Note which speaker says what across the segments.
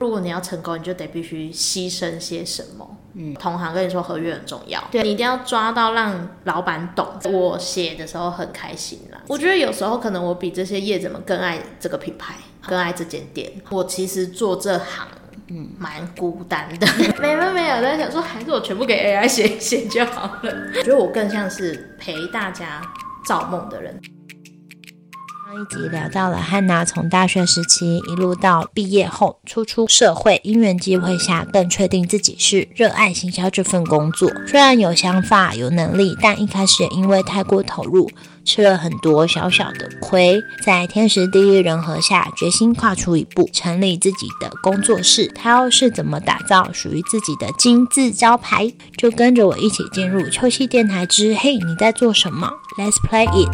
Speaker 1: 如果你要成功，你就得必须牺牲些什么。
Speaker 2: 嗯，
Speaker 1: 同行跟你说合约很重要，
Speaker 2: 对
Speaker 1: 你一定要抓到让老板懂。我写的时候很开心啦，我觉得有时候可能我比这些业者们更爱这个品牌，更爱这间店。我其实做这行。嗯，蛮孤单的。没没没有，在想说，还是我全部给 AI 写一写就好了。我觉得我更像是陪大家造梦的人，
Speaker 2: 上一集聊到了汉娜从大学时期一路到毕业后，初出社会，因缘机会下更确定自己是热爱行销这份工作。虽然有想法、有能力，但一开始也因为太过投入，吃了很多小小的亏。在天时地利人和下，决心跨出一步，成立自己的工作室。他又是怎么打造属于自己的金字招牌？就跟着我一起进入秋夕电台之“嘿，你在做什么？”Let's play it。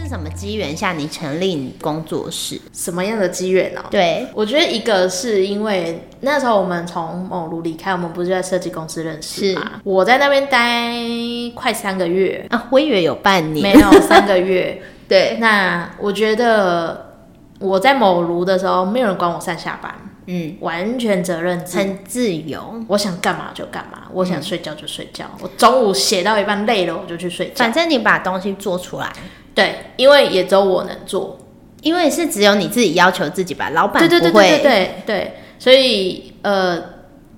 Speaker 3: 是什么机缘下你成立你工作室？
Speaker 1: 什么样的机缘哦？
Speaker 3: 对，
Speaker 1: 我觉得一个是因为那时候我们从某卢离开，我们不是在设计公司认识嘛？我在那边待快三个月，
Speaker 3: 啊，我以为有半
Speaker 1: 没
Speaker 3: 年。
Speaker 1: 有三个月。
Speaker 3: 对，
Speaker 1: 那我觉得我在某卢的时候，没有人管我上下班，
Speaker 3: 嗯，
Speaker 1: 完全责任制。
Speaker 3: 很自由，
Speaker 1: 我想干嘛就干嘛，我想睡觉就睡觉。我中午写到一半累了，我就去睡觉
Speaker 3: 反。正你把东西做出来，
Speaker 1: 对，因为也只有我能做，
Speaker 3: 因为是只有你自己要求自己吧，老板
Speaker 1: 对对对
Speaker 3: 不
Speaker 1: 对对
Speaker 3: 会。
Speaker 1: 对对，所以呃，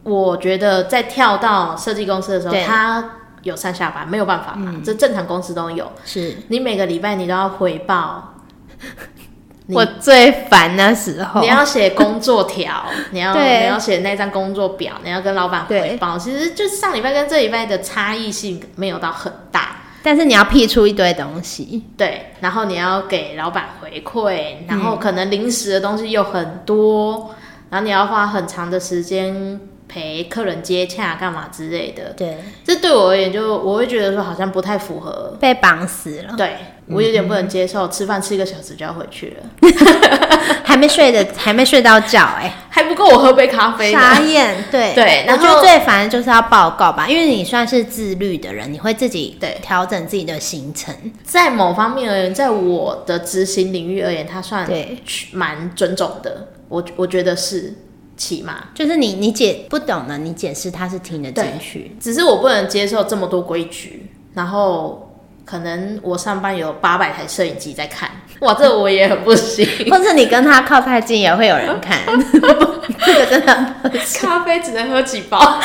Speaker 1: 我觉得在跳到设计公司的时候，
Speaker 3: 对嗯
Speaker 1: 他有上下班，没有办法嘛，这正常公司都有。
Speaker 3: 是
Speaker 1: 你每个礼拜你都要回报，你
Speaker 3: 我最烦那时候
Speaker 1: 你。要写工作 条，你要
Speaker 3: 哦对
Speaker 1: 你要写那张工作表，你要跟老板回
Speaker 3: 对
Speaker 1: 报。其实就上礼拜跟这礼拜的差异性没有到很大，
Speaker 3: 但是你要辟出一堆东西，
Speaker 1: 对，然后你要给老板回
Speaker 3: 嗯
Speaker 1: 馈，然后可能临时的东西又很多，然后你要花很长的时间陪客人接洽干嘛之类的。
Speaker 3: 对，
Speaker 1: 这对我而言就，我会觉得说好像不太符合，
Speaker 3: 被绑死了，
Speaker 1: 对我有点不能接受。吃饭吃一个小时就要回去了，
Speaker 3: 还没睡的，还没睡到觉、哎，
Speaker 1: 还不够我喝杯咖啡呢。
Speaker 3: 傻眼，对
Speaker 1: 对
Speaker 3: 我
Speaker 1: 然后
Speaker 3: 觉得最烦的就是要报告吧，因为你算是自律的人，你会自己
Speaker 1: 对
Speaker 3: 调整自己的行程，
Speaker 1: 在某方面而言，在我的执行领域而言，他算
Speaker 3: 对
Speaker 1: 蛮尊重的，我我觉得是起码。
Speaker 3: 就是你你解不懂的，你解释他是听得进去，
Speaker 1: 只是我不能接受这么多规矩，然后可能我上班有八百台摄影机在看，哇，这我也很不行。
Speaker 3: 或者你跟他靠太近也会有人 看，这个真的不行。
Speaker 1: 咖啡只能喝几包，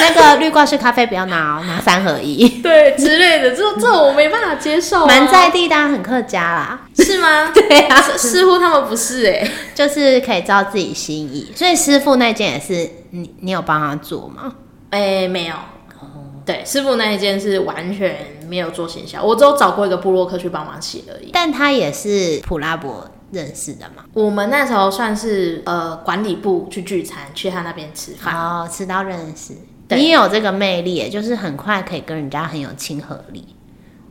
Speaker 3: 那个绿挂式咖啡不要拿哦，拿三合 一，
Speaker 1: 对之类的，这这我没办法接受、啊。
Speaker 3: 蛮在地，但很客家啦，
Speaker 1: 是吗？ 对啊，似乎他们不是哎、
Speaker 3: 就是可以照自己心意。所以师傅那件也是你，你有帮他做吗？
Speaker 1: 哎、没有。对，师傅那一件是完全没有做行销，我只有找过一个部落客去帮忙写而已。
Speaker 3: 但他也是普拉伯认识的嘛，
Speaker 1: 我们那时候算是呃管理部去聚餐，去他那边吃饭。
Speaker 3: 哦，吃到认识，
Speaker 1: 对
Speaker 3: 你也有这个魅力耶，就是很快可以跟人家很有亲和力。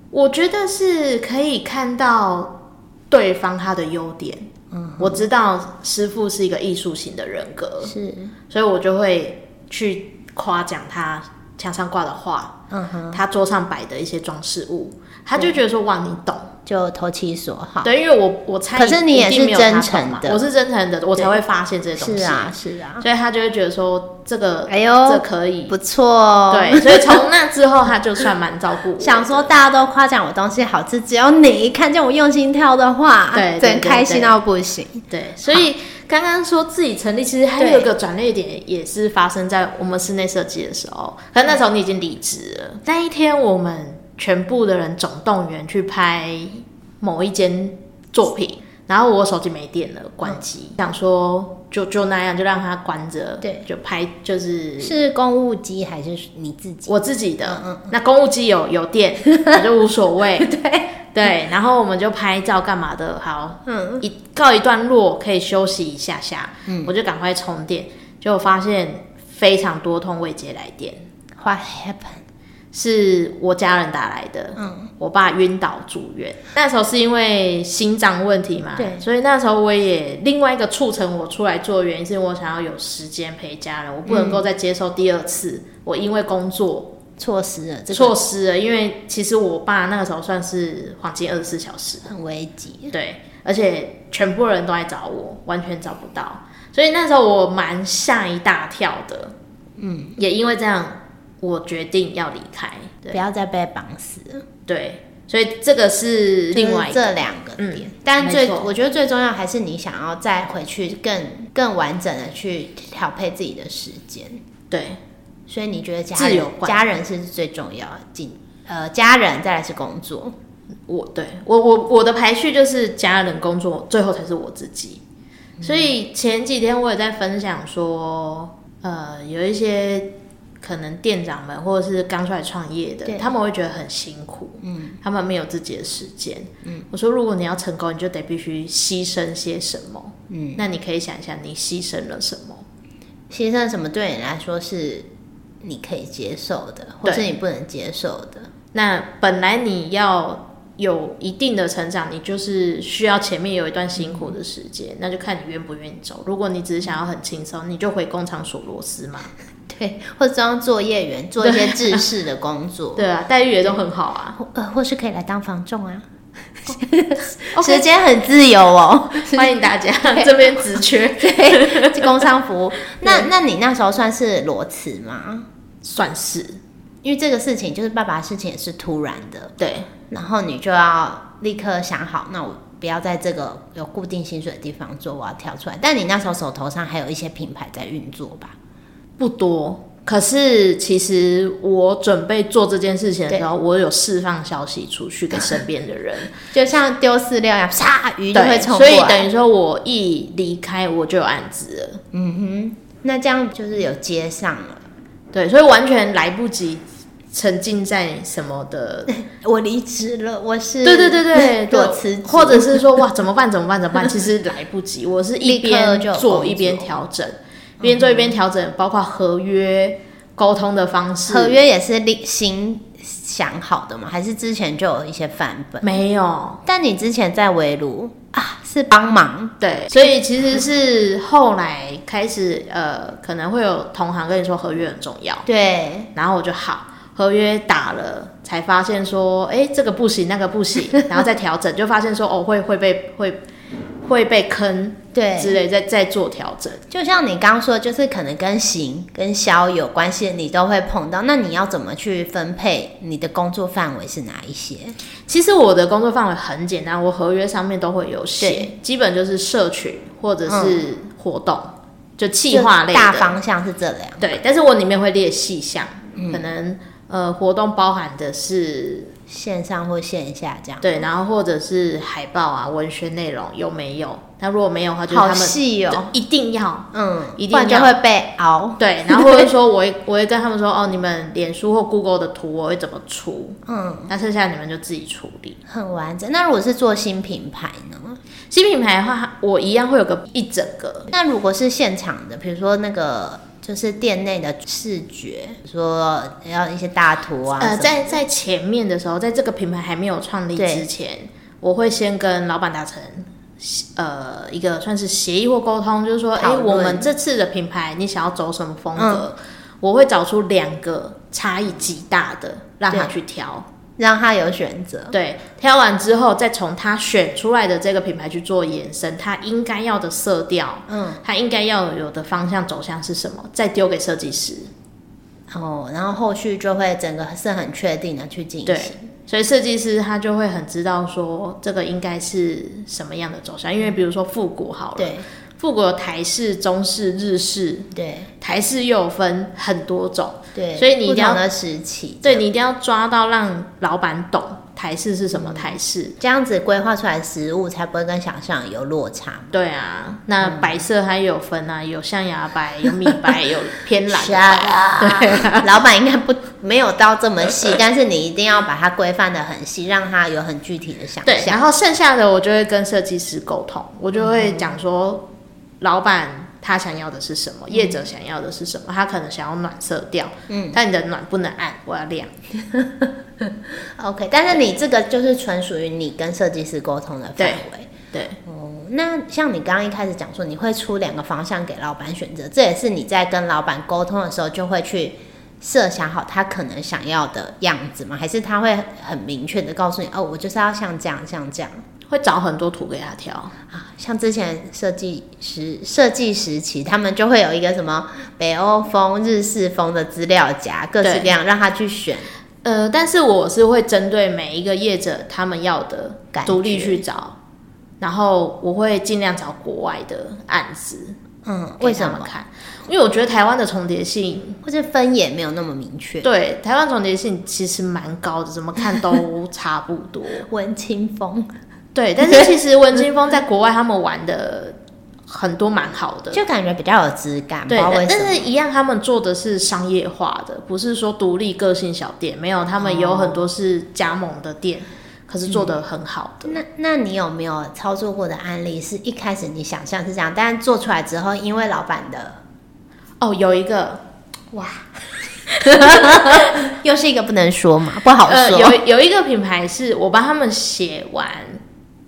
Speaker 1: 我觉得是可以看到对方他的优点。嗯，我知道师傅是一个艺术型的人格，
Speaker 3: 是，
Speaker 1: 所以我就会去夸奖他墙上挂的画，
Speaker 3: 嗯哼，
Speaker 1: 他桌上摆的一些装饰物，他就觉得说哇，你懂。啊
Speaker 3: 就投其所好。
Speaker 1: 对，因为我我猜，
Speaker 3: 啊可是你也是
Speaker 1: 一定没有他懂嘛
Speaker 3: 真诚的
Speaker 1: 我是真诚的，我才会发现这些东西。
Speaker 3: 是啊，，是啊，
Speaker 1: 所以他就会觉得说这个，
Speaker 3: 哎
Speaker 1: 这
Speaker 3: 呦，
Speaker 1: 可以。
Speaker 3: 不错哦。
Speaker 1: 对，所以 从那之后，他就算蛮照顾我的。
Speaker 3: 想说大家都夸奖我东西好吃，只有你看见我用心挑的话，
Speaker 1: 对对
Speaker 3: 真开
Speaker 1: 对
Speaker 3: 心到不行。
Speaker 1: 对，所以刚刚说自己成立，其实还有一个转捩点，也是发生在我们室内设计的时候。可能那时候你已经离职了。那一天，我们全部的人总动员去拍某一间作品，然后我手机没电了，关机，想说就就那样，就让它关着，
Speaker 3: 对，
Speaker 1: 就拍就是
Speaker 3: 是公务机还是你自己？
Speaker 1: 我自己的，那公务机有有电，我就无所谓。对对，然后我们就拍照干嘛的，好，嗯，一告一段落，可以休息一下下，嗯，我就赶快充电，就发现非常多通未接来电，
Speaker 3: What happened？
Speaker 1: 是我家人打来的，嗯，我爸晕倒住院，那时候是因为心脏问题嘛，
Speaker 3: 对
Speaker 1: 所以那时候我也另外一个促成我出来做的原因，是我想要有时间陪家人，我不能够再接受第二次，我因为工作。
Speaker 3: 错失了，这
Speaker 1: 错
Speaker 3: 个
Speaker 1: 失了，因为其实我爸那个时候算是黄金二十四小时，
Speaker 3: 很危急。
Speaker 1: 对，而且全部人都来找我，完全找不到，所以那时候我蛮吓一大跳的。嗯，也因为这样，我决定要离开。
Speaker 3: 不
Speaker 1: 对
Speaker 3: 要再被绑死了。
Speaker 1: 对，所以这个是另外一
Speaker 3: 就是
Speaker 1: 个。
Speaker 3: 这两个点，
Speaker 1: 嗯
Speaker 3: 但最
Speaker 1: 没错
Speaker 3: 我觉得最重要还是你想要再回去更更完整的去调配自己的时间，
Speaker 1: 对，
Speaker 3: 所以你觉得家
Speaker 1: 自由
Speaker 3: 人
Speaker 1: 观
Speaker 3: 家人是最重要的，紧呃家人再来是工作，
Speaker 1: 我对我我我的排序就是家人、工作，最后才是我自己。
Speaker 3: 嗯
Speaker 1: 所以前几天我也在分享说，呃，有一些可能店长们或者是刚出来创业
Speaker 3: 对
Speaker 1: 的，他们会觉得很辛苦，嗯，他们没有自己的时间，嗯，我说如果你要成功，你就得必须牺牲些什么，嗯，那你可以想一下你牺牲了什么，
Speaker 3: 牺牲什么对你来说是你可以接受的，或
Speaker 1: 对
Speaker 3: 是你不能接受的，
Speaker 1: 那本来你要有一定的成长，你就是需要前面有一段辛苦的时间，那就看你愿不愿意走。如果你只是想要很轻松，你就回工厂数螺丝嘛。
Speaker 3: 对，或者当作业员做一些制式的工作，
Speaker 1: 对啊，待遇也都很好 啊。
Speaker 3: 或 呃或是可以来当房仲啊，时
Speaker 1: OK，
Speaker 3: 哦间很自由哦。
Speaker 1: 欢迎 大家这边直缺，
Speaker 3: 去 工商服务。 那那你那时候算是裸辞吗？
Speaker 1: 算是
Speaker 3: 因为这个事情就是爸爸的事情也是突然的，
Speaker 1: 对
Speaker 3: 然后你就要立刻想好，那我不要在这个有固定薪水的地方做，我要跳出来。但你那时候手头上还有一些品牌在运作吧？
Speaker 1: 不多。可是，其实我准备做这件事情的时候，我有释放消息出去给身边的人，
Speaker 3: 就像丢饲料一样，唰 鱼就
Speaker 1: 对
Speaker 3: 会冲过
Speaker 1: 所
Speaker 3: 来。
Speaker 1: 以等于说，我一离开我就有案子了。
Speaker 3: 那这样就是有接上了。
Speaker 1: 对，所以完全来不及沉浸在什么 的，
Speaker 3: 我离职了，我是
Speaker 1: 对对对对，
Speaker 3: 裸辞族，
Speaker 1: 或者是说哇怎么办怎么办怎么办，其实来不及，我是一
Speaker 3: 立刻
Speaker 1: 边
Speaker 3: 就有工
Speaker 1: 做
Speaker 3: 作
Speaker 1: 一边调整，边做一边调整，包括合约沟通的方式，
Speaker 3: 合约也是另新想好的吗？还是之前就有一些范本？
Speaker 1: 没有。
Speaker 3: 但你之前在围炉啊，是帮忙
Speaker 1: 对，所以其实是后来开始，呃，可能会有同行跟你说合约很重要，
Speaker 3: 对，
Speaker 1: 然后我就好，合约打了，才发现说，哎、这个不行，那个不行，然后再调整，就发现说，哦，会会被会会被坑
Speaker 3: 对
Speaker 1: 之类，再再做调整。
Speaker 3: 就像你刚刚说，就是可能跟行跟销有关系，你都会碰到。那你要怎么去分配你的工作范围是哪一些？
Speaker 1: 其实我的工作范围很简单，我合约上面都会有写
Speaker 3: 对，嗯
Speaker 1: 基本就是社群或者是活动，就企划类
Speaker 3: 就
Speaker 1: 的
Speaker 3: 大方向是这两个
Speaker 1: 对，但是我里面会列细项，
Speaker 3: 嗯
Speaker 1: 可能呃活动包含的是
Speaker 3: 线上或线下这样。
Speaker 1: 对，然后或者是海报啊、文宣内容有没有？那如果没有的话，就是他
Speaker 3: 好
Speaker 1: 们
Speaker 3: 细
Speaker 1: 对
Speaker 3: 哦，
Speaker 1: 一定要
Speaker 3: 嗯，
Speaker 1: 一定
Speaker 3: 不然就
Speaker 1: 要
Speaker 3: 会被熬。
Speaker 1: 对，然后或者说我会我会跟他们说，哦，你们脸书或 Google 的图我会怎么出，
Speaker 3: 嗯，
Speaker 1: 那剩下你们就自己处理。
Speaker 3: 很完整。那如果是做新品牌呢？
Speaker 1: 新品牌的话，我一样会有个一整个，
Speaker 3: 那如果是现场的，比如说那个就是店内的视觉，比如说要一些大图啊什
Speaker 1: 呃，
Speaker 3: 么的，
Speaker 1: 在在前面的时候，在这个品牌还没有创立
Speaker 3: 对
Speaker 1: 之前，我会先跟老板达成。呃，一个算是协议或沟通，就是说，哎、
Speaker 3: 讨论嗯
Speaker 1: 我们这次的品牌你想要走什么风格？我会找出两个差异极大的，让他
Speaker 3: 对
Speaker 1: 去挑。
Speaker 3: 让他有选择。
Speaker 1: 对，挑完之后再从他选出来的这个品牌去做延伸，他应该要的色调，
Speaker 3: 嗯，
Speaker 1: 他应该要有的方向走向是什么，再丢给设计师。
Speaker 3: 哦，然后后续就会整个是很确定的去进
Speaker 1: 对
Speaker 3: 行。，
Speaker 1: 所以设计师他就会很知道说这个应该是什么样的走向，因为比如说复古好了，
Speaker 3: 对
Speaker 1: 复古有台式、中式、日式，
Speaker 3: 对
Speaker 1: 台式又有分很多种，
Speaker 3: 对，
Speaker 1: 所以你一
Speaker 3: 不
Speaker 1: 定要
Speaker 3: 同的时期，
Speaker 1: 对你一定要抓到让老板懂台式是什么台式，
Speaker 3: 这样子规划出来的食物才不会跟想象有落差。
Speaker 1: 对啊，那白色它也有分啊，有象牙白，有米白，有偏蓝的
Speaker 3: Shut
Speaker 1: 白。
Speaker 3: up 啊 老板应该不没有到这么 细，但是你一定要把它规范的很细，让它有很具体的想
Speaker 1: 对，
Speaker 3: 象。
Speaker 1: 然后剩下的我就会跟设计师沟通，我就会讲说，老板他想要的是什么，业者想要的是什么，他可能想要暖色调，嗯，但你的暖不能暗，我要亮。
Speaker 3: OK，但是你这个就是纯属于你跟设计师沟通的范围。
Speaker 1: 对，
Speaker 3: 哦，那像你刚刚一开始讲说，你会出两个方向给老板选择，这也是你在跟老板沟通的时候就会去设想好他可能想要的样子吗？还是他会很明确的告诉你，哦，我就是要像这样，像这样，
Speaker 1: 会找很多图给他挑。
Speaker 3: 啊，像之前设计时设计时期，他们就会有一个什么北欧风、日式风的资料夹，各式各样让他去选。
Speaker 1: 呃，但是我是会针对每一个业者他们要的
Speaker 3: 感
Speaker 1: 独立
Speaker 3: 觉
Speaker 1: 去找，然后我会尽量找国外的案子
Speaker 3: 嗯，
Speaker 1: 为嗯
Speaker 3: 为什
Speaker 1: 他们
Speaker 3: 么？
Speaker 1: 看，因为我觉得台湾的重叠性，
Speaker 3: 或者分野没有那么明确。
Speaker 1: 对台湾重叠性其实蛮高的，怎么看都差不多。
Speaker 3: 文青风
Speaker 1: 对，但是其实文青风在国外他们玩的很多蛮好的，
Speaker 3: 就感觉比较有质感，不
Speaker 1: 对
Speaker 3: 知道为，
Speaker 1: 但
Speaker 3: 什么
Speaker 1: 是一样，他们做的是商业化的，不是说独立个性小店，没有，他们有很多是加盟的店，可是做的很好的。
Speaker 3: 那那你有没有操作过的案例？是一开始你想象是这样，但是做出来之后，因为老 板的
Speaker 1: 哦，有一个，
Speaker 3: 又是一个不能说嘛，不好
Speaker 1: 呃，
Speaker 3: 说。
Speaker 1: 有有一个品牌是我帮他们写完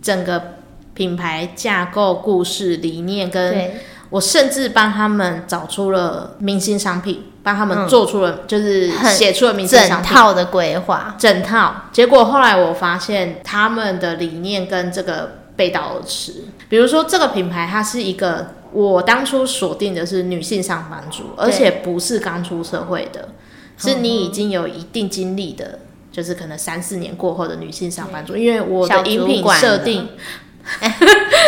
Speaker 1: 整个品牌架构、故事、理念，跟
Speaker 3: 对，
Speaker 1: 我甚至帮他们找出了明星商品，帮他
Speaker 3: 嗯
Speaker 1: 们做出了、就是
Speaker 3: 很
Speaker 1: 写出了明星商
Speaker 3: 整
Speaker 1: 品。
Speaker 3: 套的规 划，
Speaker 1: 整套。结果后来我发现他们的理念跟这个背道而驰。比如说这个品牌，它是一个我当初锁定的是女性上班族，而且不是刚出社会的，
Speaker 3: 嗯
Speaker 1: 是你已经有一定经历的。就是可能三四年过后的女性上班族，因为我
Speaker 3: 小
Speaker 1: 的
Speaker 3: 主
Speaker 1: 饮品
Speaker 3: 管
Speaker 1: 设
Speaker 3: 了
Speaker 1: 定，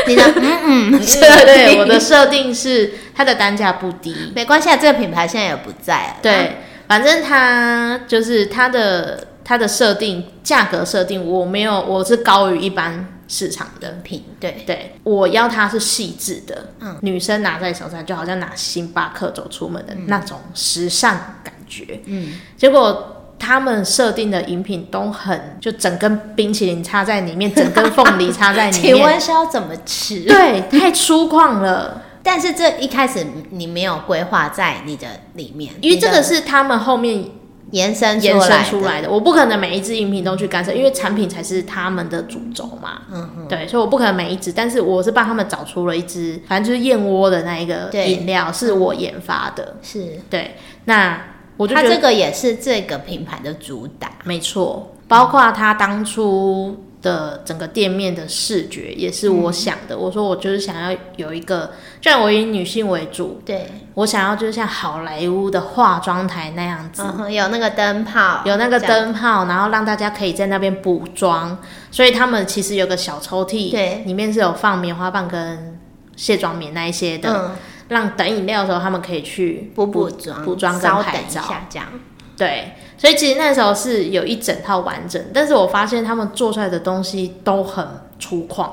Speaker 3: 你的嗯嗯，设
Speaker 1: 对
Speaker 3: 定
Speaker 1: 我的设定是它的单价不低，
Speaker 3: 没关系，啊，这个品牌现在也不在了。
Speaker 1: 对，反正它就是它的它的设定价格设定，我没有我是高于一般市场的。
Speaker 3: 饮品，对，
Speaker 1: 对，我要它是细致的，嗯，女生拿在手上就好像拿星巴克走出门的那种时尚感觉，嗯，结果。他们设定的饮品都很，就整根冰淇淋插在里面，整根凤梨插在里面，
Speaker 3: 请问是要怎么吃？
Speaker 1: 对，太粗犷了。
Speaker 3: 但是这一开始你没有规划在你的里面，
Speaker 1: 因为这
Speaker 3: 你
Speaker 1: 个
Speaker 3: 的
Speaker 1: 是他们后面
Speaker 3: 延伸
Speaker 1: 延伸
Speaker 3: 出
Speaker 1: 出
Speaker 3: 来的，
Speaker 1: 来的。我不可能每一支饮品都去干涉，因为产品才是他们的主轴嘛。嗯对，所以我不可能每一支，但是我是帮他们找出了一支，反正就是燕窝的那一个
Speaker 3: 对
Speaker 1: 饮料是我研发的。
Speaker 3: 是
Speaker 1: 对，那我就
Speaker 3: 它
Speaker 1: 觉得
Speaker 3: 这个也是这个品牌的主打。
Speaker 1: 没错，包括他当初的整个店面的视觉也是
Speaker 3: 嗯
Speaker 1: 我想的。我说我就是想要有一个，虽然我以女性为主，
Speaker 3: 对，
Speaker 1: 我想要就是像好莱坞的化妆台那样子，
Speaker 3: 嗯哼，有那个灯泡，
Speaker 1: 有那个
Speaker 3: 这样，
Speaker 1: 灯泡，然后让大家可以在那边补妆，所以他们其实有个小抽屉，
Speaker 3: 对
Speaker 1: 里面是有放棉花棒跟卸妆棉那一些的，
Speaker 3: 嗯，
Speaker 1: 让等饮料的时候他们可以去
Speaker 3: 补补
Speaker 1: 嗯
Speaker 3: 妆，
Speaker 1: 补妆跟
Speaker 3: 稍
Speaker 1: 拍
Speaker 3: 等一
Speaker 1: 照，
Speaker 3: 下这样。
Speaker 1: 对，所以其实那时候是有一整套完整，但是我发现他们做出来的东西都很粗犷，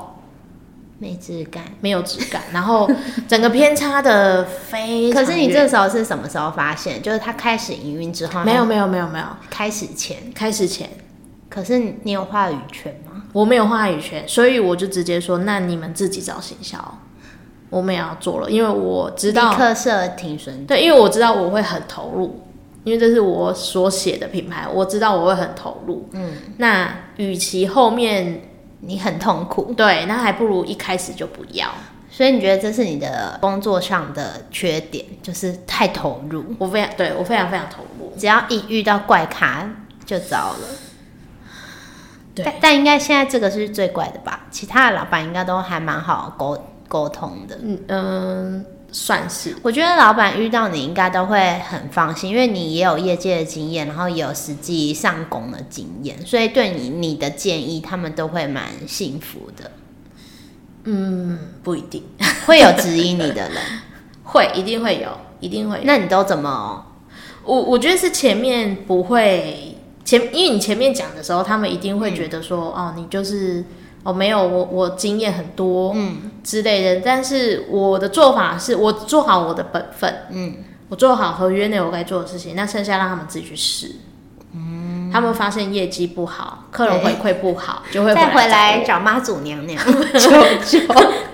Speaker 3: 没质感，
Speaker 1: 没有质 感，然后整个偏差的非常
Speaker 3: 可
Speaker 1: 远。
Speaker 3: 是你这时候是什么时候发现？就是它开始营运之后，
Speaker 1: 没有没有没有没有，
Speaker 3: 它开始前，
Speaker 1: 开始前
Speaker 3: 可是你有话语权吗？
Speaker 1: 我没有话语权，所以我就直接说，那你们自己找行销，我们也要做了，因为我知
Speaker 3: 立
Speaker 1: 道，
Speaker 3: 刻设停损，
Speaker 1: 对，因为我知道我会很投入，因为这是我所写的品牌，我知道我会很投入。嗯，那与其后面
Speaker 3: 你很痛苦。
Speaker 1: 对，那还不如一开始就不要。
Speaker 3: 所以你觉得这是你的工作上的缺点，就是太投入，
Speaker 1: 我非常对我非常非常投入，
Speaker 3: 只要一遇到怪咖就糟了。
Speaker 1: 对
Speaker 3: 但但应该现在这个是最怪的吧？其他的老板应该都还蛮好沟沟通的。
Speaker 1: 嗯嗯，算是
Speaker 3: 我觉得老板遇到你应该都会很放心，因为你也有业界的经验，然后也有实际上工的经验，所以对你你的建议，他们都会蛮信服的，
Speaker 1: 嗯不一定
Speaker 3: 会有质疑你的人。
Speaker 1: 会，一定会有，一定会有。
Speaker 3: 那你都怎么？
Speaker 1: 我我觉得是前面不会前，因为你前面讲的时候，他们一定会觉得说，哦，你就是哦，没有我我经验很多，嗯之类的。但是我的做法是我做好我的本分，嗯，我做好合约内我该做的事情，那剩下让他们自己去试。嗯，他们发现业绩不好，客人回馈不好，就会
Speaker 3: 再回来
Speaker 1: 找
Speaker 3: 找妈祖娘娘。
Speaker 1: 我求救，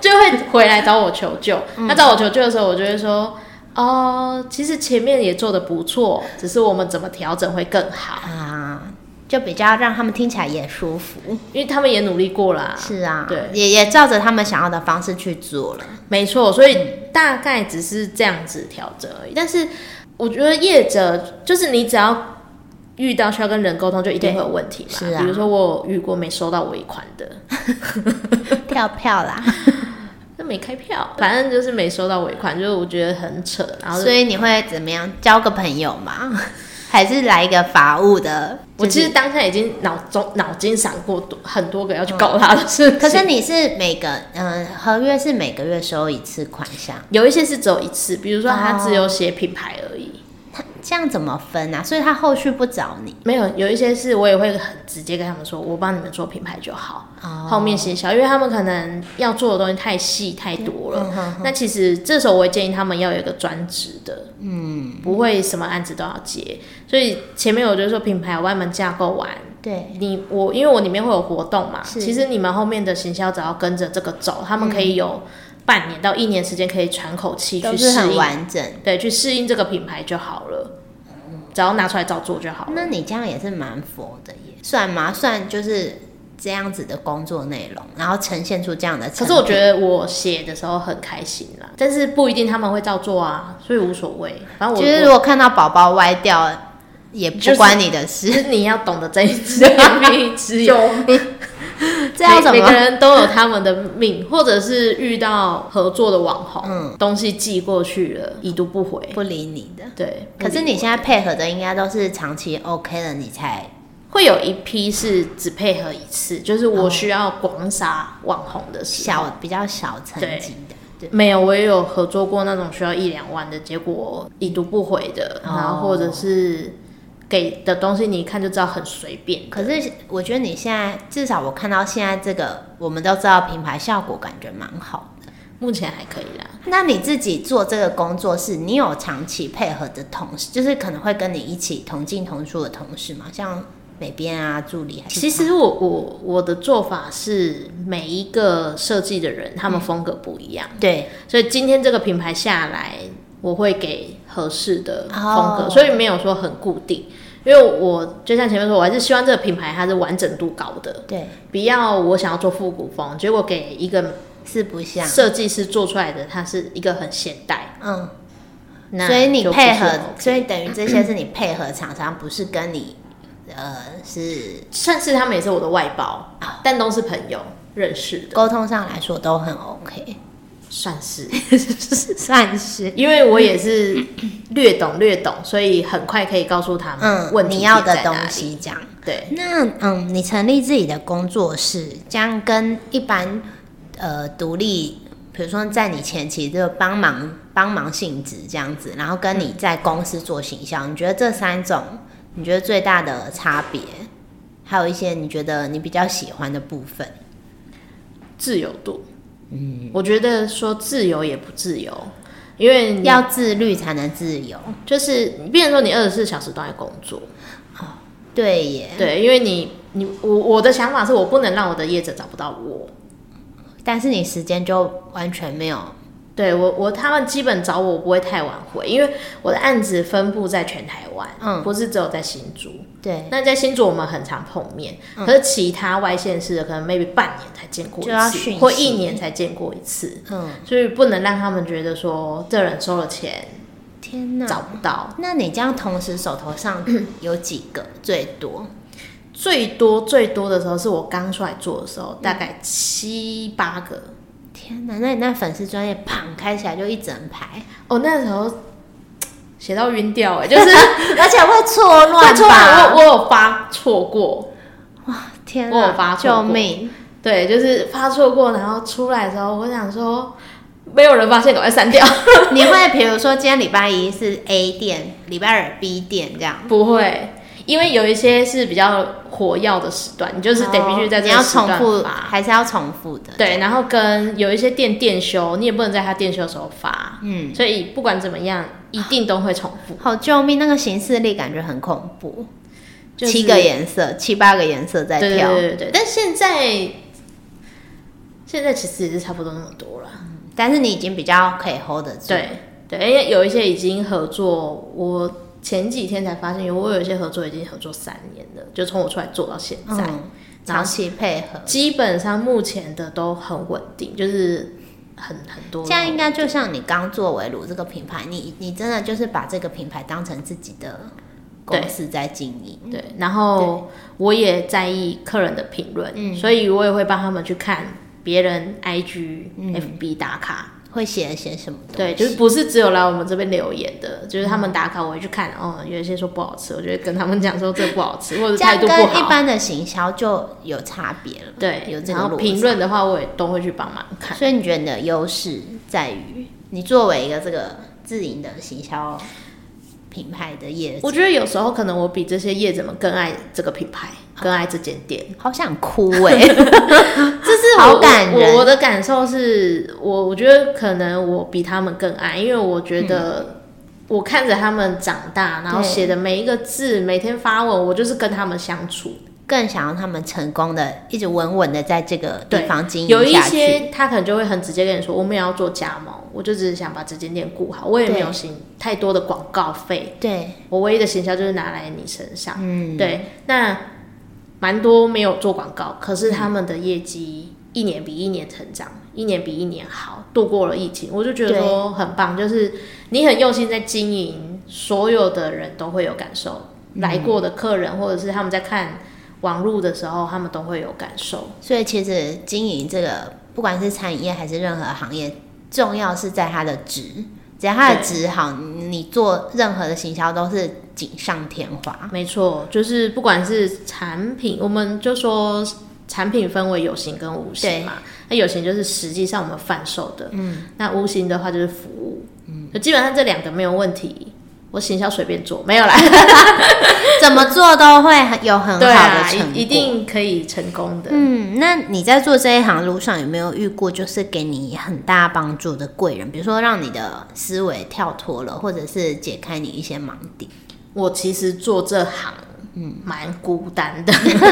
Speaker 1: 就会回来找我求救。
Speaker 3: 嗯
Speaker 1: 他找我求救的时候，我就会说。哦，其实前面也做的不错，只是我们怎么调整会更好，
Speaker 3: 啊，就比较让他们听起来也舒服。
Speaker 1: 因为他们也努力过啦。
Speaker 3: 是啊，
Speaker 1: 对
Speaker 3: 也也照着他们想要的方式去做 了。
Speaker 1: 没错，所以大概只是这样子调整而已。但是我觉得业者就是你只要遇到需要跟人沟通，就一定会有问题嘛。
Speaker 3: 是啊
Speaker 1: 比如说我有遇过没收到尾款的，
Speaker 3: 跳票啦，
Speaker 1: 那没开票，反正就是没收到尾款，就是我觉得很扯。然后就
Speaker 3: 所以你会怎么样？交个朋友吗？还是来一个法务的？
Speaker 1: 我
Speaker 3: 就是
Speaker 1: 其实当下已经脑中脑筋闪过多很多个要去告他的 事情，
Speaker 3: 可是你是每个嗯、合约是每个月收一次款项，
Speaker 1: 有一些是只有一次，比如说他
Speaker 3: 哦
Speaker 1: 只有写品牌而已。
Speaker 3: 他这样怎么分啊？所以他后续不找你
Speaker 1: 没有，有一些是我也会很直接跟他们说，我帮你们做品牌就好，
Speaker 3: 哦
Speaker 1: 后面写小，因为他们可能要做的东西太细太多了。那其实这时候我会建议他们要有一个专职的，嗯，不会什么案子都要接。所以前面我就说品牌我帮你们架构完，
Speaker 3: 对
Speaker 1: 你我因为我里面会有活动嘛，
Speaker 3: 是嗯
Speaker 1: 其实你们后面的行销只要跟着这个走，他们可以有半年到一年时间可以喘口气
Speaker 3: 都
Speaker 1: 去
Speaker 3: 是
Speaker 1: 适
Speaker 3: 很
Speaker 1: 应，
Speaker 3: 完整。
Speaker 1: 对，去适应这个品牌就好了，只要拿出来照做就好了。
Speaker 3: 那你这样也是蛮佛的耶，算吗？算就是这样子的工作内容，然后呈现出这样的
Speaker 1: 可
Speaker 3: 成品。
Speaker 1: 是我觉得我写的时候很开心啦，但是不一定他们会照做啊，所以无所谓。反正我
Speaker 3: 就是如
Speaker 1: 我
Speaker 3: 果看到宝宝歪掉，也
Speaker 1: 就
Speaker 3: 不
Speaker 1: 是
Speaker 3: 关你的事，
Speaker 1: 就是你要懂得睁一只 眼闭一只眼，
Speaker 3: 这要怎
Speaker 1: 每每个
Speaker 3: 么？
Speaker 1: 人都有他们的命，或者是遇到合作的网红，东西寄过去了，已读不回。
Speaker 3: 不理你的。
Speaker 1: 对，
Speaker 3: 可是
Speaker 1: 不
Speaker 3: 你现在配合的应该都是长期 OK 的，你才
Speaker 1: 会有一批是只配合一次，就是我需要广撒网红的时候。
Speaker 3: 小比较小层级的。对，
Speaker 1: 没有，我也有合作过那种需要一两万的，结果已读不回的，
Speaker 3: 哦
Speaker 1: 然后或者是给的东西你一看就知道很随便。
Speaker 3: 可是我觉得你现在至少我看到现在这个，我们都知道品牌效果感觉蛮好的。
Speaker 1: 目前还可以啦，
Speaker 3: 那你自己做这个工作是，你有长期配合的同事，就是可能会跟你一起同进同出的同事吗？像美编啊、助理还是？
Speaker 1: 其实我我我的做法是，每一个设计的人他们
Speaker 3: 嗯
Speaker 1: 风格不一样，
Speaker 3: 对，
Speaker 1: 所以今天这个品牌下来，我会给合适的风格，
Speaker 3: 哦
Speaker 1: 所以没有说很固定。因为我就像前面说，我还是希望这个品牌它是完整度高的，
Speaker 3: 对，
Speaker 1: 不要我想要做复古风，结果给一个
Speaker 3: 是不像，
Speaker 1: 设计师做出来的，它是一个很现代，
Speaker 3: 嗯，
Speaker 1: 那
Speaker 3: 所以你配合，所
Speaker 1: 所以
Speaker 3: 以等于这些是你配合厂商，不是跟你，呃，是
Speaker 1: 算是他们也是我的外包，
Speaker 3: 哦
Speaker 1: 但都是朋友认识的，
Speaker 3: 沟通上来说都很 OK，
Speaker 1: 算是，
Speaker 3: 算是，
Speaker 1: 因为我也是略懂略懂，所以很快可以告诉他们
Speaker 3: 嗯，
Speaker 1: 问题
Speaker 3: 你要
Speaker 1: 点
Speaker 3: 的
Speaker 1: 在哪
Speaker 3: 东
Speaker 1: 里。
Speaker 3: 西这样。
Speaker 1: 对，
Speaker 3: 那嗯，你成立自己的工作室，这样跟一般呃独立，比如说在你前期就帮忙帮忙性质这样子，然后跟你在公司做形象，你觉得这三种，你觉得最大的差别，还有一些你觉得你比较喜欢的部分，
Speaker 1: 自由度，嗯，我觉得说自由也不自由，因为嗯你
Speaker 3: 要自律才能自由。
Speaker 1: 就是，变成说你二十四小时都在工作，
Speaker 3: 对耶，
Speaker 1: 对，因为你你我我的想法是我不能让我的业者找不到我，
Speaker 3: 但是你时间就完全没有
Speaker 1: 对我，我他们基本找我不会太晚回，因为我的案子分布在全台湾，
Speaker 3: 嗯
Speaker 1: 不是只有在新竹。
Speaker 3: 对，
Speaker 1: 那在新竹我们很常碰面，可是其他外县市的可能 maybe 半年才见过
Speaker 3: 嗯就要
Speaker 1: 一次
Speaker 3: 讯，息
Speaker 1: 或一年才见过一次，
Speaker 3: 嗯，
Speaker 1: 所以不能让他们觉得说这人收了钱
Speaker 3: 天哪，
Speaker 1: 找不到。
Speaker 3: 那你这样同时手头上有几个最多？
Speaker 1: 最多最多的时候是我刚出来做的时
Speaker 3: 嗯
Speaker 1: 候，大概七八个。
Speaker 3: 天哪，那你那粉丝专业砰开起来就一整排，
Speaker 1: 哦，那时候写到晕掉哎、欸，就是
Speaker 3: 而且会错
Speaker 1: 会
Speaker 3: 乱
Speaker 1: 突然
Speaker 3: 吧？
Speaker 1: 我我有发错过。
Speaker 3: 天
Speaker 1: 我有发
Speaker 3: 哪，
Speaker 1: 错过
Speaker 3: 救命！
Speaker 1: 对，就是发错过，然后出来的时候，我想说，没有人发现，赶快删掉。
Speaker 3: 你会比如说今天礼拜一是 A 店，礼拜二 B 店这样，
Speaker 1: 不会，因为有一些是比较火药的时段，你就是得必须在这
Speaker 3: 哦你
Speaker 1: 个
Speaker 3: 要
Speaker 1: 时
Speaker 3: 重
Speaker 1: 段
Speaker 3: 复，
Speaker 1: 发。
Speaker 3: 还是要重复的？
Speaker 1: 对，，然后跟有一些店店休，你也不能在他店休的时候发，
Speaker 3: 嗯，
Speaker 1: 所以不管怎么样，一定都会重复。
Speaker 3: 好救命！那个形式力感觉很恐怖，
Speaker 1: 就是
Speaker 3: 七个颜色，七八个颜色在
Speaker 1: 对对
Speaker 3: 啊跳，
Speaker 1: 对对对，但现在现在其实也是差不多那么多了。
Speaker 3: 但是你已经比较可以 hold 得住。
Speaker 1: 对对，因为有一些已经合作，我前几天才发现，有我有一些合作已经合作三年了，就从我出来做到现在，
Speaker 3: 嗯，长期配合，
Speaker 1: 基本上目前的都很稳定，就是很很多
Speaker 3: 这样应该就像你刚做围炉这个品牌，你你真的就是把这个品牌当成自己的
Speaker 1: 对
Speaker 3: 公司在经营。
Speaker 1: 对，然后我也在意客人的评论，
Speaker 3: 嗯
Speaker 1: 所以我也会帮他们去看别人 IG、FB
Speaker 3: 嗯
Speaker 1: 打卡。
Speaker 3: 会写写什么东西？
Speaker 1: 对，就是不是只有来我们这边留言的，就是他们打卡，我会去看。哦，有一些说不好吃，我就会跟他们讲说这不好 吃，或者
Speaker 3: 这
Speaker 1: 态
Speaker 3: 样
Speaker 1: 度不
Speaker 3: 跟一
Speaker 1: 好。
Speaker 3: 般的行销就有差别了。有
Speaker 1: 对，
Speaker 3: 这
Speaker 1: 然
Speaker 3: 个
Speaker 1: 后
Speaker 3: 落
Speaker 1: 评
Speaker 3: 差
Speaker 1: 论的话，我也都会去帮忙看。
Speaker 3: 所以你觉得你的优势在于你作为一个这个自营的行销品牌的业
Speaker 1: 我
Speaker 3: 者，
Speaker 1: 觉得有时候可能我比这些业者们更爱这个品牌，更爱这间店。
Speaker 3: 好想哭 哎、
Speaker 1: 这是我
Speaker 3: 好感人
Speaker 1: 我我的感受是我我觉得可能我比他们更爱，因为我觉得我看着他们长大，然后
Speaker 3: 嗯对
Speaker 1: 写的每一个字，每天发文，我就是跟他们相处。
Speaker 3: 更想要他们成功的，一直稳稳的在这个地
Speaker 1: 对
Speaker 3: 方经
Speaker 1: 有
Speaker 3: 营
Speaker 1: 一
Speaker 3: 下去。
Speaker 1: 些他可能就会很直接跟你说，我们也要做加盟，我就只是想把这间店顾好，我也
Speaker 3: 对
Speaker 1: 没有行太多的广告费，
Speaker 3: 对，
Speaker 1: 我唯一的行销就是拿来你身上。嗯，对，那蛮多没有做广告，可是他们的业绩一年比一年成长，一年比一年好，度过了疫情，我就觉得说很棒，就是你很用心在经营，所有的人都会有感受，来过的客人或者是他们在看网络的时候，他们都会有感受。
Speaker 3: 所以其实经营这个，不管是餐饮业还是任何行业，重要是在它的值。只要它的
Speaker 1: 对
Speaker 3: 值好，你做任何的行销都是锦上添花。
Speaker 1: 没错，就是不管是产品，我们就说产品分为有形跟无形嘛。那有形就是实际上我们贩售的，嗯，那无形的话就是服务，嗯，就基本上这两个没有问题。我行销随便做，没有啦，
Speaker 3: 怎么做都会很有很 好
Speaker 1: 对
Speaker 3: 的
Speaker 1: 啊，
Speaker 3: 成果。
Speaker 1: 一一定可以成功的。
Speaker 3: 嗯，那你在做这一行路上有没有遇过就是给你很大帮助的贵人？比如说让你的思维跳脱了，或者是解开你一些盲点，
Speaker 1: 我其实做这行，嗯，蛮孤单的，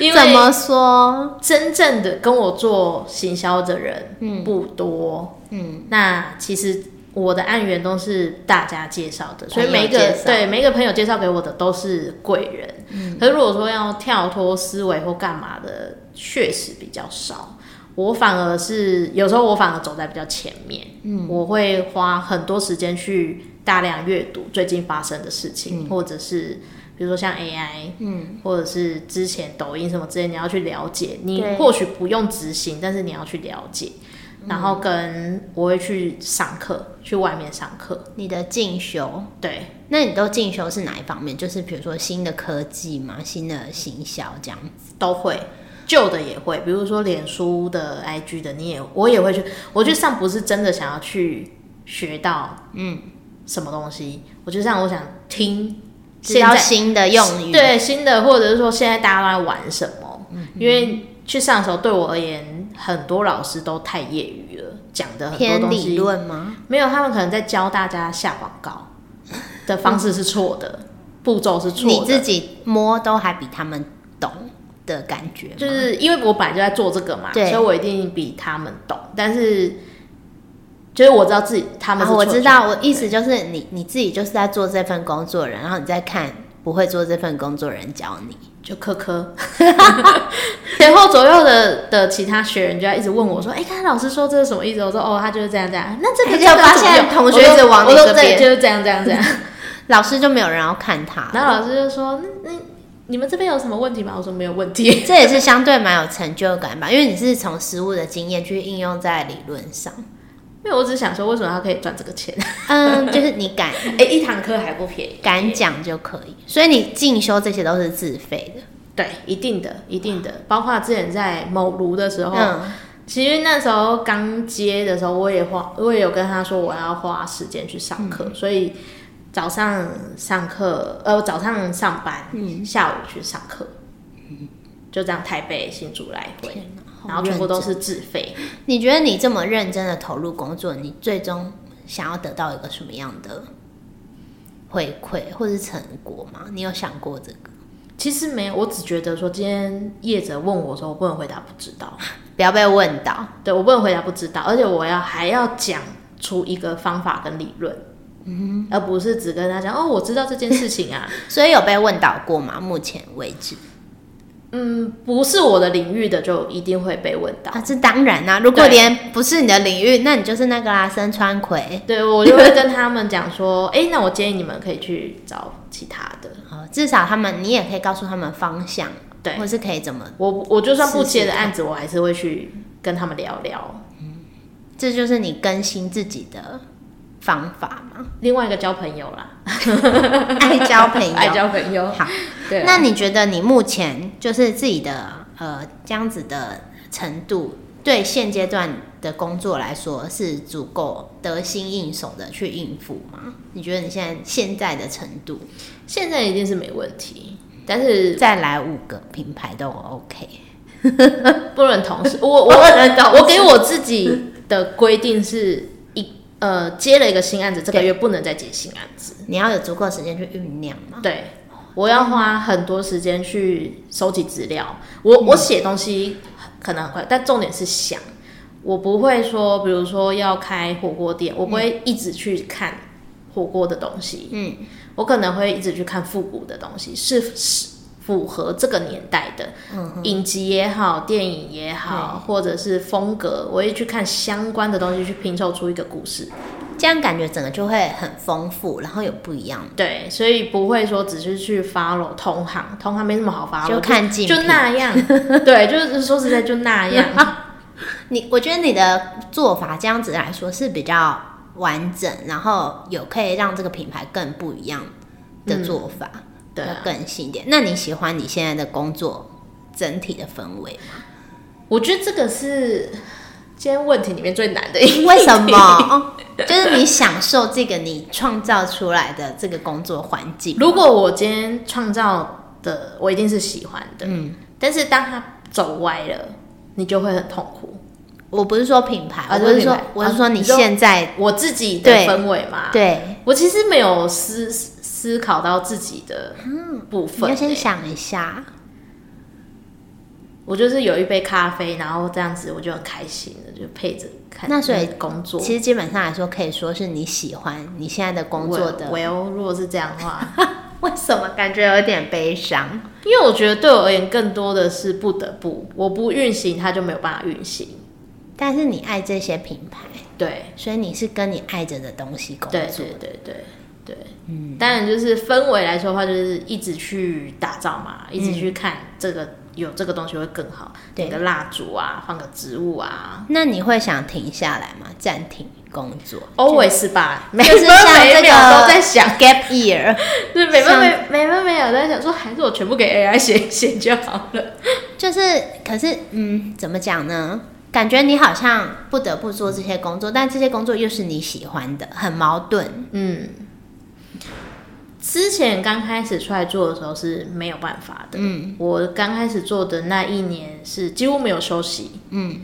Speaker 1: 因为
Speaker 3: 怎么说？
Speaker 1: 真正的跟我做行销的人不多，嗯，那其实我的案源都是大家介绍嗯的，所以
Speaker 3: 朋友
Speaker 1: 每一个
Speaker 3: 介绍
Speaker 1: 对每一个朋友介绍给我的都是贵人，可是如果说要跳脱思维或干嘛的，确实比较少。我反而是有时候我反而走在比较前面，嗯，我会花很多时间去大量阅读最近发生的事情，或者是比如说像 AI，嗯，或者是之前抖音什么之类，你要去了解，你
Speaker 3: 对
Speaker 1: 或许不用执行，但是你要去了解。然后跟我会去上课，去外面上课，
Speaker 3: 你的进修？
Speaker 1: 对，
Speaker 3: 那你都进修是哪一方面？就是比如说新的科技嘛，新的行销这样子。
Speaker 1: 都会，旧的也会，比如说脸书的、IG 的，你也我也会去，我去上不是真的想要去学到嗯什么东西，我就上我想听
Speaker 3: 知
Speaker 1: 现
Speaker 3: 道
Speaker 1: 在
Speaker 3: 新的用语，，嗯
Speaker 1: 对新的，或者是说现在大家都在玩什么，因为去上的时候对我而言，很多老师都太业余了，讲的很多
Speaker 3: 偏
Speaker 1: 东
Speaker 3: 理
Speaker 1: 西
Speaker 3: 论吗？
Speaker 1: 没有，他们可能在教大家下广告的方式是错的，步骤是错的，
Speaker 3: 嗯你自己摸都还比他们懂的感觉吗，啊
Speaker 1: 就是因为我本来就在做这个嘛，所
Speaker 3: 对
Speaker 1: 以我一定比他们懂。但是，就是我知道自己他们
Speaker 3: 啊，
Speaker 1: 是、
Speaker 3: 我知道，我意思就是你你自己就是在做这份工作的人，然后你再看不会做这份工作的人教你，
Speaker 1: 就科科 前后左右的的其他学员就要一直问我说：“哎、刚才老师说这是什么意思？”我说：“哦，他就是这样这样。”那这个
Speaker 3: 哎
Speaker 1: 这样
Speaker 3: 就发
Speaker 1: 怎么用
Speaker 3: 现同学一直往你
Speaker 1: 我都我
Speaker 3: 这
Speaker 1: 都对
Speaker 3: 边
Speaker 1: 就是这样这样这样。
Speaker 3: 老师就没有人要看他了。
Speaker 1: 然后老师就说：“嗯嗯，你们这边有什么问题吗？”我说：“没有问题。”
Speaker 3: 这也是相对蛮有成就感吧，因为你是从实物的经验去应用在理论 上。
Speaker 1: 因为我只是想说，为什么他可以赚这个钱？
Speaker 3: 嗯，就是你敢
Speaker 1: 哎、一堂课还不便宜
Speaker 3: 敢讲就可以，所以你进修这些都是自费的。
Speaker 1: 对，一定的，一定的。包括之前在某炉的时候，
Speaker 3: 嗯，
Speaker 1: 其实那时候刚接的时候，我也花，我也有跟他说我要花时间去上课，
Speaker 3: 嗯
Speaker 1: 所以早上上课，呃，早上上班，
Speaker 3: 嗯
Speaker 1: 下午去上课，就这样台北新竹来回，然后全部都
Speaker 3: 好认
Speaker 1: 是自费。
Speaker 3: 真。你觉得你这么认真的投入工作，你最终想要得到一个什么样的回馈或是成果吗？你有想过这个？
Speaker 1: 其实没有，我只觉得说今天业者问我说，我不能回答不知道，
Speaker 3: 不要被问到。
Speaker 1: 对我不能回答不知道，而且我要还要讲出一个方法跟理论。嗯，而不是只跟他讲哦，我知道这件事情啊，
Speaker 3: 所以有被问到过吗？目前为止，
Speaker 1: 嗯，不是我的领域的就一定会被问到。
Speaker 3: 啊，这当然啦、如果
Speaker 1: 对
Speaker 3: 连不是你的领域，那你就是那个啦，身川葵。
Speaker 1: 对我就会跟他们讲说，哎、那我建议你们可以去找其他的。
Speaker 3: 哦，至少他们你也可以告诉他们方向，
Speaker 1: 对
Speaker 3: 或是可以怎么。
Speaker 1: 我我就算不接
Speaker 3: 试试
Speaker 1: 的
Speaker 3: 看
Speaker 1: 案子，我还是会去跟他们聊聊。
Speaker 3: 这就是你更新自己的方法嘛，
Speaker 1: 另外一个交朋友啦，
Speaker 3: 爱交朋 友。
Speaker 1: 爱交朋友。
Speaker 3: 好，
Speaker 1: 对啊，
Speaker 3: 那你觉得你目前就是自己的呃这样子的程度，对现阶段的工作来说是足够得心应手的去应付吗？你觉得你现在现在的程度，
Speaker 1: 现在一定是没问题，但是
Speaker 3: 再来五个品牌都 OK？
Speaker 1: 不能同 时。我我我给我自己的规定是一呃接了一个新案子，这个
Speaker 3: 对
Speaker 1: 月不能再接新案子。
Speaker 3: 你要有足够时间去酝酿嘛？
Speaker 1: 对，我要花很多时间去收集资料。我
Speaker 3: 嗯
Speaker 1: 我写东西可能很快，但重点是想。我不会说，比如说要开火锅店，我不会一直去看火锅的东西。
Speaker 3: 嗯，
Speaker 1: 我可能会一直去看复古的东西，是是符合这个年代的，
Speaker 3: 嗯
Speaker 1: 影集也好，电影也好，或者是风格，我会去看相关的东西，去拼凑出一个故事。
Speaker 3: 这样感觉整个就会很丰富，然后有不一样，
Speaker 1: 对，所以不会说只是去 follow 同行，同行没什么好 follow，
Speaker 3: 就看竞
Speaker 1: 就
Speaker 3: 品
Speaker 1: 那 样。对，就是说实在就那样。
Speaker 3: 你我觉得你的做法这样子来说是比较完整，然后有可以让这个品牌更不一样的做法，
Speaker 1: 对啊
Speaker 3: 要更新一点。那你喜欢你现在的工作整体的氛围吗？
Speaker 1: 我觉得这个是今天问题里面最难的一个
Speaker 3: 为什
Speaker 1: 问题
Speaker 3: 么？？哦就是你享受这个你创造出来的这个工作环境，
Speaker 1: 如果我今天创造的，我一定是喜欢的。
Speaker 3: 嗯，
Speaker 1: 但是当它走歪了，你就会很痛苦。
Speaker 3: 我不是说品牌，
Speaker 1: 啊
Speaker 3: 我不是
Speaker 1: 这
Speaker 3: 说
Speaker 1: 个品牌，
Speaker 3: 我是说
Speaker 1: 啊
Speaker 3: 你
Speaker 1: 你说
Speaker 3: 现在
Speaker 1: 我自己的
Speaker 3: 对
Speaker 1: 氛围嘛，，
Speaker 3: 对，
Speaker 1: 我其实没有思思考到自己的部
Speaker 3: 嗯你
Speaker 1: 分、
Speaker 3: 要先
Speaker 1: 欸
Speaker 3: 想一下，
Speaker 1: 我就是有一杯咖啡，然后这样子我就很开心了，就配着看。
Speaker 3: 那所以
Speaker 1: 嗯工作
Speaker 3: 其实基本上来说，可以说是你喜欢你现在的工作的。
Speaker 1: well，如果是这样的话，
Speaker 3: 为什么感觉有点悲伤？
Speaker 1: 因为我觉得对我而言，更多的是不得不，我不运行，它就没有办法运行。
Speaker 3: 但是你爱这些品牌，
Speaker 1: 对，
Speaker 3: 所以你是跟你爱着的东西工作
Speaker 1: 对，。对，对，对，对。嗯，当然就是氛围来说的话，就是一直去打造嘛，一直去看这个、有这个东西会更好，
Speaker 3: 嗯对
Speaker 1: 点个蜡烛啊，放个植物啊。
Speaker 3: 那你会想停下来吗？暂停工作，
Speaker 1: always 吧，每
Speaker 3: 就是
Speaker 1: 分
Speaker 3: 像
Speaker 1: 每
Speaker 3: 这
Speaker 1: 秒
Speaker 3: 个
Speaker 1: 都在想
Speaker 3: gap year，
Speaker 1: 对，每分
Speaker 3: 像
Speaker 1: 每每分每秒都在想说，还是我全部给 AI 写 写就好了。
Speaker 3: 就是可是嗯，怎么讲呢？感觉你好像不得不做这些工作，但这些工作又是你喜欢的，很矛盾。
Speaker 1: 嗯，之前刚开始出来做的时候是没有办法的。
Speaker 3: 嗯
Speaker 1: 我刚开始做的那一年是几乎没有休息，
Speaker 3: 嗯，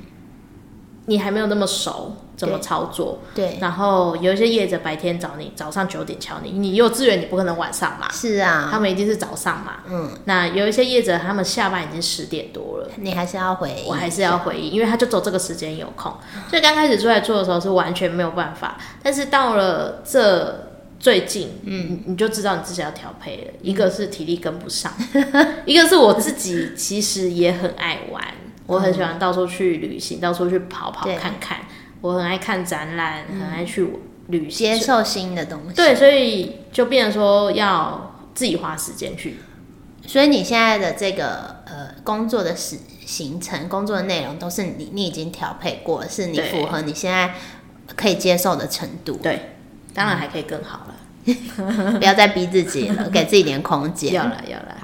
Speaker 1: 你还没有那么熟怎么
Speaker 3: 对
Speaker 1: 操作。
Speaker 3: 对，
Speaker 1: 然后有一些业者白天找你，早上九点敲你，你幼稚园你不可能晚上嘛，
Speaker 3: 是啊，
Speaker 1: 他们一定是早上嘛。
Speaker 3: 嗯，
Speaker 1: 那有一些业者他们下班已经十点多了。
Speaker 3: 你还是要回应，
Speaker 1: 我还是要回应，因为他就走这个时间有空，所以刚开始出来做的时候是完全没有办法，但是到了这最近，嗯，你就知道你自己要调配
Speaker 3: 嗯
Speaker 1: 了，一个是体力跟不上， 一个是我自己其实也很爱玩，
Speaker 3: 嗯
Speaker 1: 我很喜欢到处去旅行，到处去跑跑
Speaker 3: 对
Speaker 1: 看看，我很爱看展览，很爱去旅
Speaker 3: 嗯接
Speaker 1: 行，
Speaker 3: 受新的东西。
Speaker 1: 对，所以就变成说要自己花时间去
Speaker 3: 所以你现在的这个呃工作的时行程、工作的内容都是你你已经调配过了，是你
Speaker 1: 对
Speaker 3: 符合你现在可以接受的程 度，
Speaker 1: 对，当然还可以更好了，
Speaker 3: 不要再逼自己了，给自己点空
Speaker 1: 要
Speaker 3: 间。
Speaker 1: 了要了。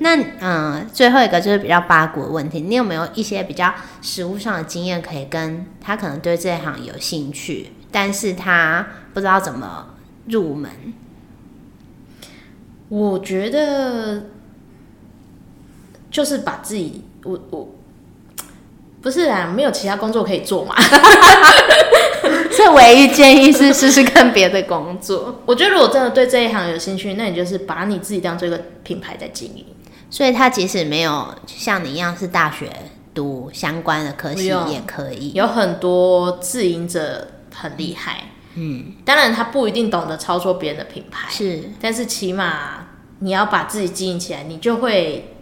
Speaker 3: 那嗯、最后一个就是比较八股的问题，你有没有一些比较实务上的经验可以跟他可能对这一行有兴趣，但是他不知道怎么入门？
Speaker 1: 我觉得就是把自己，我我不是啦，没有其他工作可以做嘛。
Speaker 3: 这唯一建议是试试看别的工作。
Speaker 1: 我觉得如果真的对这一行有兴趣，那你就是把你自己当做一个品牌在经营，
Speaker 3: 所以他即使没有像你一样是大学读相关的科系，
Speaker 1: 不用
Speaker 3: 也可以。
Speaker 1: 有很多自营者很厉害，嗯，当然他不一定懂得操作别人的品牌，
Speaker 3: 是，
Speaker 1: 但是起码你要把自己经营起来，你就会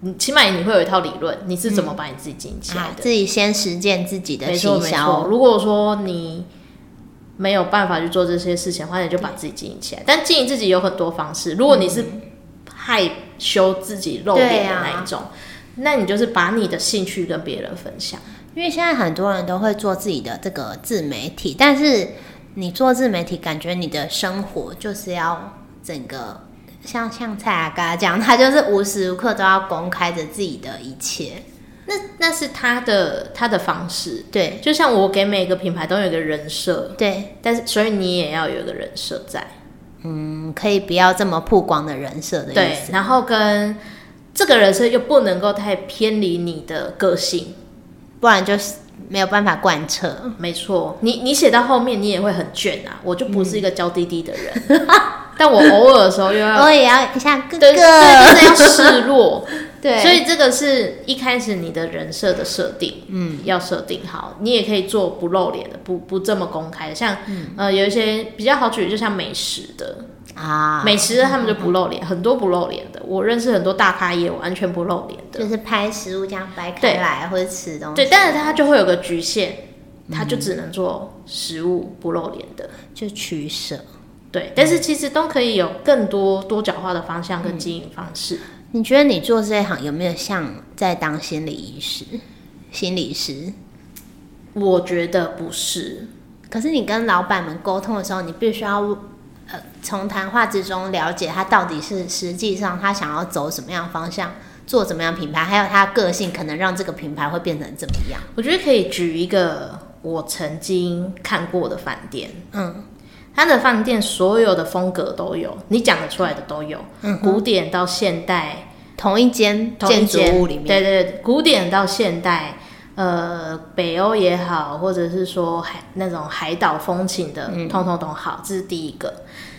Speaker 1: 你起码你会有一套理论，你是怎么把你自己经营起来
Speaker 3: 啊，
Speaker 1: 的？
Speaker 3: 自己先实践自己的
Speaker 1: 没错
Speaker 3: 行
Speaker 1: 没错。
Speaker 3: 销，
Speaker 1: 如果说你没有办法去做这些事情的话，你就把自己经营起来。但经营自己有很多方式，如果你
Speaker 3: 嗯
Speaker 1: 是害羞自己露脸
Speaker 3: 啊
Speaker 1: 的那一种，那你就是把你的兴趣跟别人分享。
Speaker 3: 因为现在很多人都会做自己的这个自媒体，但是你做自媒体，感觉你的生活就是要整个像像蔡阿嘎这样，他就是无时无刻都要公开着自己的一切。
Speaker 1: 那那是他的他的方式，
Speaker 3: 对
Speaker 1: 就像我给每个品牌都有一个人设，
Speaker 3: 对，
Speaker 1: 但是所以你也要有一个人设在。
Speaker 3: 嗯，可以不要这么曝光的人设的意
Speaker 1: 对，
Speaker 3: 思。
Speaker 1: 然后跟这个人设又不能够太偏离你的个性，
Speaker 3: 不然就是没有办法贯彻。
Speaker 1: 没错。你你写到后面，你也会很倦啊。我就不
Speaker 3: 嗯
Speaker 1: 是一个娇滴滴的人， 但我偶尔的时候又要
Speaker 3: 我也要像哥哥，
Speaker 1: 嗯对对，真的要示 弱。
Speaker 3: 对
Speaker 1: 所以这个是一开始你的人设的设定，嗯，要设定好。你也可以做不露脸的，不不这么公开的，像、
Speaker 3: 嗯
Speaker 1: 呃有一些比较好举，就像美食的，
Speaker 3: 啊，
Speaker 1: 美食的他们就不露脸，很多不露脸的。我认识很多大咖也完全不露脸的，
Speaker 3: 就是拍食物这样掰开
Speaker 1: 对
Speaker 3: 来，或者吃东西。
Speaker 1: 对，但是它就会有个局限，它
Speaker 3: 嗯
Speaker 1: 就只能做食物不露脸的。
Speaker 3: 就取舍。
Speaker 1: 对，但是其实都可以有更多多角化的方向跟经营方式。
Speaker 3: 你觉得你做这一行有没有像在当心理医师？心理师，
Speaker 1: 我觉得不是，
Speaker 3: 可是你跟老板们沟通的时候，你必须要呃从谈话之中了解他到底是实际上他想要走什么样的方向，做怎么样品牌，还有他个性可能让这个品牌会变成怎么样。
Speaker 1: 我觉得可以举一个我曾经看过的饭店，
Speaker 3: 嗯，
Speaker 1: 它的饭店所有的风格都有，你讲得出来的都有，古典到现代，
Speaker 3: 同一间
Speaker 1: 同一
Speaker 3: 建筑
Speaker 1: 间
Speaker 3: 物里面，
Speaker 1: 对对对，古典到现代，呃，北欧也好，或者是说海那种海岛风情的，
Speaker 3: 嗯
Speaker 1: 通通都好，这是第一个。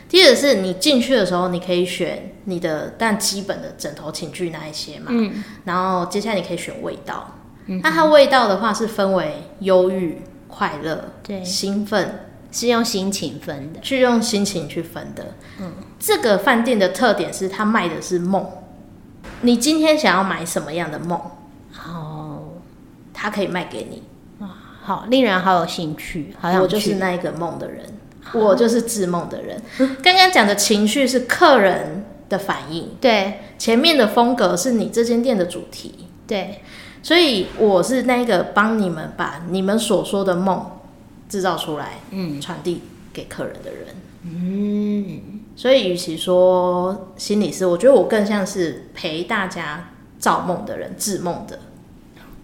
Speaker 1: 第二个是你进去的时候，你可以选你的但基本的枕头、寝具那一些嘛，
Speaker 3: 嗯
Speaker 1: 然后接下来你可以选味道。那它味道的话是分为忧郁、快乐、
Speaker 3: 对
Speaker 1: 兴奋，
Speaker 3: 是用心情分的。
Speaker 1: 去用心情去分的。嗯，这个饭店的特点是它卖的是梦，你今天想要买什么样的梦？
Speaker 3: 哦，
Speaker 1: 他可以卖给你。
Speaker 3: 好，令人好有兴趣，好想去。
Speaker 1: 我就是那一个梦的人，我就是治梦的人。刚刚讲的情绪是客人的反应，
Speaker 3: 对
Speaker 1: 前面的风格是你这间店的主题，
Speaker 3: 对，
Speaker 1: 所以我是那个帮你们把你们所说的梦制造出来，嗯，传递给客人的人。
Speaker 3: 嗯，
Speaker 1: 所以，与其说心理师，我觉得我更像是陪大家造梦的人，治梦的。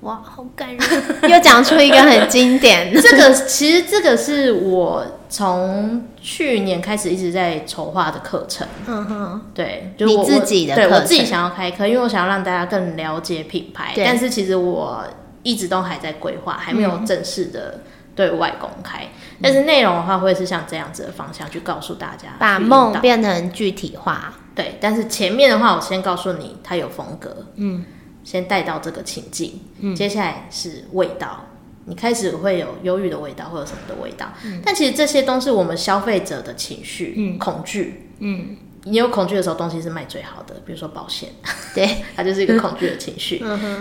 Speaker 3: 哇，好感人， 又讲出一个很经典 的。
Speaker 1: 这个其实这个是我从去年开始一直在筹划的课程，
Speaker 3: 嗯哼，
Speaker 1: 对，就是我
Speaker 3: 你自己的
Speaker 1: 我对
Speaker 3: 课
Speaker 1: 我
Speaker 3: 程
Speaker 1: 自己想要开课，因为我想要让大家更了解品牌，
Speaker 3: 对
Speaker 1: 但是其实我一直都还在规划，还没有
Speaker 3: 嗯
Speaker 1: 正式的对外公开，但是内容的话会是像这样子的方向去告诉大家，
Speaker 3: 把
Speaker 1: 去引
Speaker 3: 梦
Speaker 1: 导
Speaker 3: 变成具体化。
Speaker 1: 对，但是前面的话我先告诉你它有风格，嗯，先带到这个情境，接下来是味道，你开始会有忧郁的味道，会有什么的味道，但其实这些都是我们消费者的情绪，恐惧，嗯。你有恐惧的时候，东西是卖最好的，比如说保 险，
Speaker 3: 对，
Speaker 1: 它就是一个恐惧的情绪。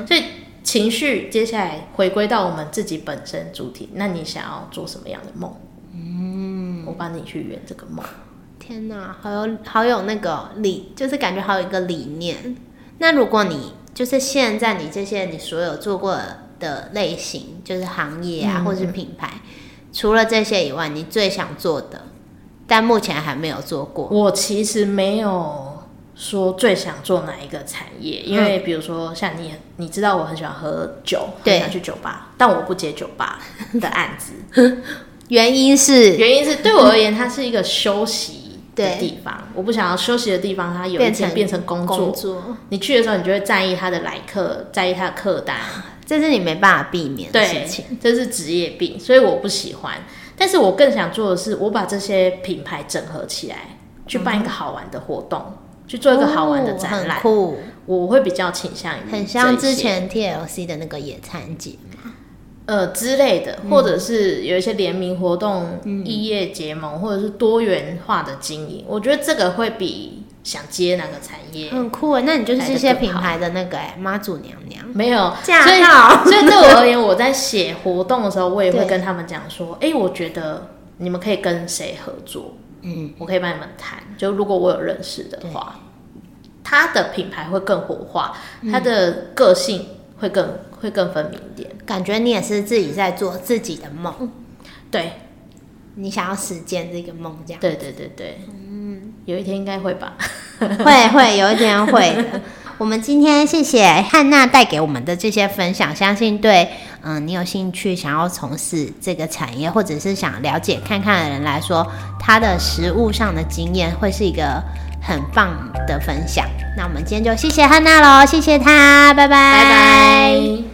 Speaker 1: 所以情绪接下来回归到我们自己本身主体，那你想要做什么样的梦？嗯，我帮你去圆这个梦。
Speaker 3: 天哪，好有好有那个理，就是感觉好有一个理念。那如果你就是现在你这些你所有做过的类型，就是行业啊，或是品牌，除了这些以外，你最想做的，但目前还没有做过。
Speaker 1: 我其实没有说最想做哪一个产业，因为比如说像你，你知道我很喜欢喝酒，
Speaker 3: 对
Speaker 1: 很想去酒吧，但我不接酒 吧的案子，
Speaker 3: 原因是
Speaker 1: 原因 是对我而言，它是一个休息的地方，我不想要休息的地方，它有一
Speaker 3: 变
Speaker 1: 天
Speaker 3: 成
Speaker 1: 变成工作。
Speaker 3: 工作，
Speaker 1: 你去的时候，你就会在意他的来客，在意他的客单，
Speaker 3: 这是你没办法避免的
Speaker 1: 对
Speaker 3: 事情。，
Speaker 1: 这是职业病，所以我不喜欢。但是我更想做的是，我把这些品牌整合起来，去办一个好玩的活动，去做一个好玩的展览
Speaker 3: 嗯哦很。酷，
Speaker 1: 我会比较倾向于
Speaker 3: 很像
Speaker 1: 这一
Speaker 3: 之
Speaker 1: 些，
Speaker 3: 前 TLC 的那个野餐节嘛。
Speaker 1: 呃之类的，或
Speaker 3: 嗯
Speaker 1: 者是有一些联名活动、异业结盟，或者是多元化的经营，我觉得这个会比想接哪个产业
Speaker 3: 很酷哎，那你就是
Speaker 1: 来得
Speaker 3: 这些
Speaker 1: 更
Speaker 3: 品
Speaker 1: 好
Speaker 3: 牌的那个哎妈祖娘娘，
Speaker 1: 没有
Speaker 3: 架
Speaker 1: 所以
Speaker 3: 号
Speaker 1: 所以对我而言，我在写活动的时候，我也会
Speaker 3: 对
Speaker 1: 跟他们讲说，哎、我觉得你们可以跟谁合作，嗯，我可以帮你们谈。就如果我有认识的话，他的品牌会更活化，他的个性会更会更分明一点。
Speaker 3: 感觉你也是自己在做自己的梦，
Speaker 1: 对，
Speaker 3: 你想要实践这个梦这样，
Speaker 1: 对对对对，嗯，有一天应该会吧。
Speaker 3: 会会有一天会的。我们今天谢谢汉娜带给我们的这些分享，相信对嗯、你有兴趣想要从事这个产业，或者是想了解看看的人来说，他的实物上的经验会是一个很棒的分享。那我们今天就谢谢汉娜喽，谢谢她，拜拜，
Speaker 1: 拜拜。